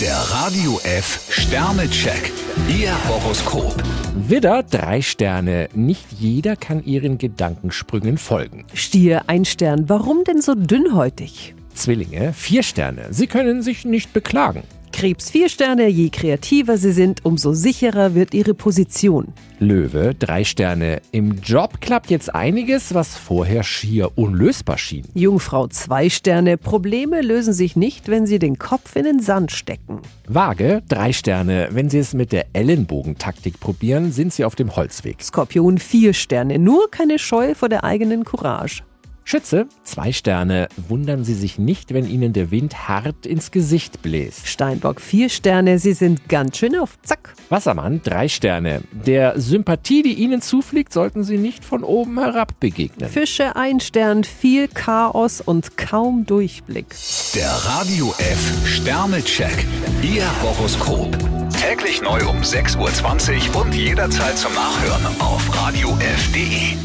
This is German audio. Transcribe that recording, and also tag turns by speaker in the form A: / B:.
A: Der Radio F Sternecheck. Ihr Horoskop.
B: Widder, drei Sterne. Nicht jeder kann ihren Gedankensprüngen folgen.
C: Stier, ein Stern. Warum denn so dünnhäutig?
B: Zwillinge, vier Sterne. Sie können sich nicht beklagen.
C: Krebs, vier Sterne. Je kreativer Sie sind, umso sicherer wird Ihre Position.
B: Löwe, drei Sterne. Im Job klappt jetzt einiges, was vorher schier unlösbar schien.
C: Jungfrau, zwei Sterne. Probleme lösen sich nicht, wenn Sie den Kopf in den Sand stecken.
B: Waage, drei Sterne. Wenn Sie es mit der Ellenbogentaktik probieren, sind Sie auf dem Holzweg.
C: Skorpion, vier Sterne. Nur keine Scheu vor der eigenen Courage.
B: Schütze, zwei Sterne. Wundern Sie sich nicht, wenn Ihnen der Wind hart ins Gesicht bläst.
C: Steinbock, vier Sterne. Sie sind ganz schön auf Zack.
B: Wassermann, drei Sterne. Der Sympathie, die Ihnen zufliegt, sollten Sie nicht von oben herab begegnen.
C: Fische, ein Stern. Viel Chaos und kaum Durchblick.
A: Der Radio F Sternecheck. Ihr Horoskop. Täglich neu um 6.20 Uhr und jederzeit zum Nachhören auf Radio radiof.de.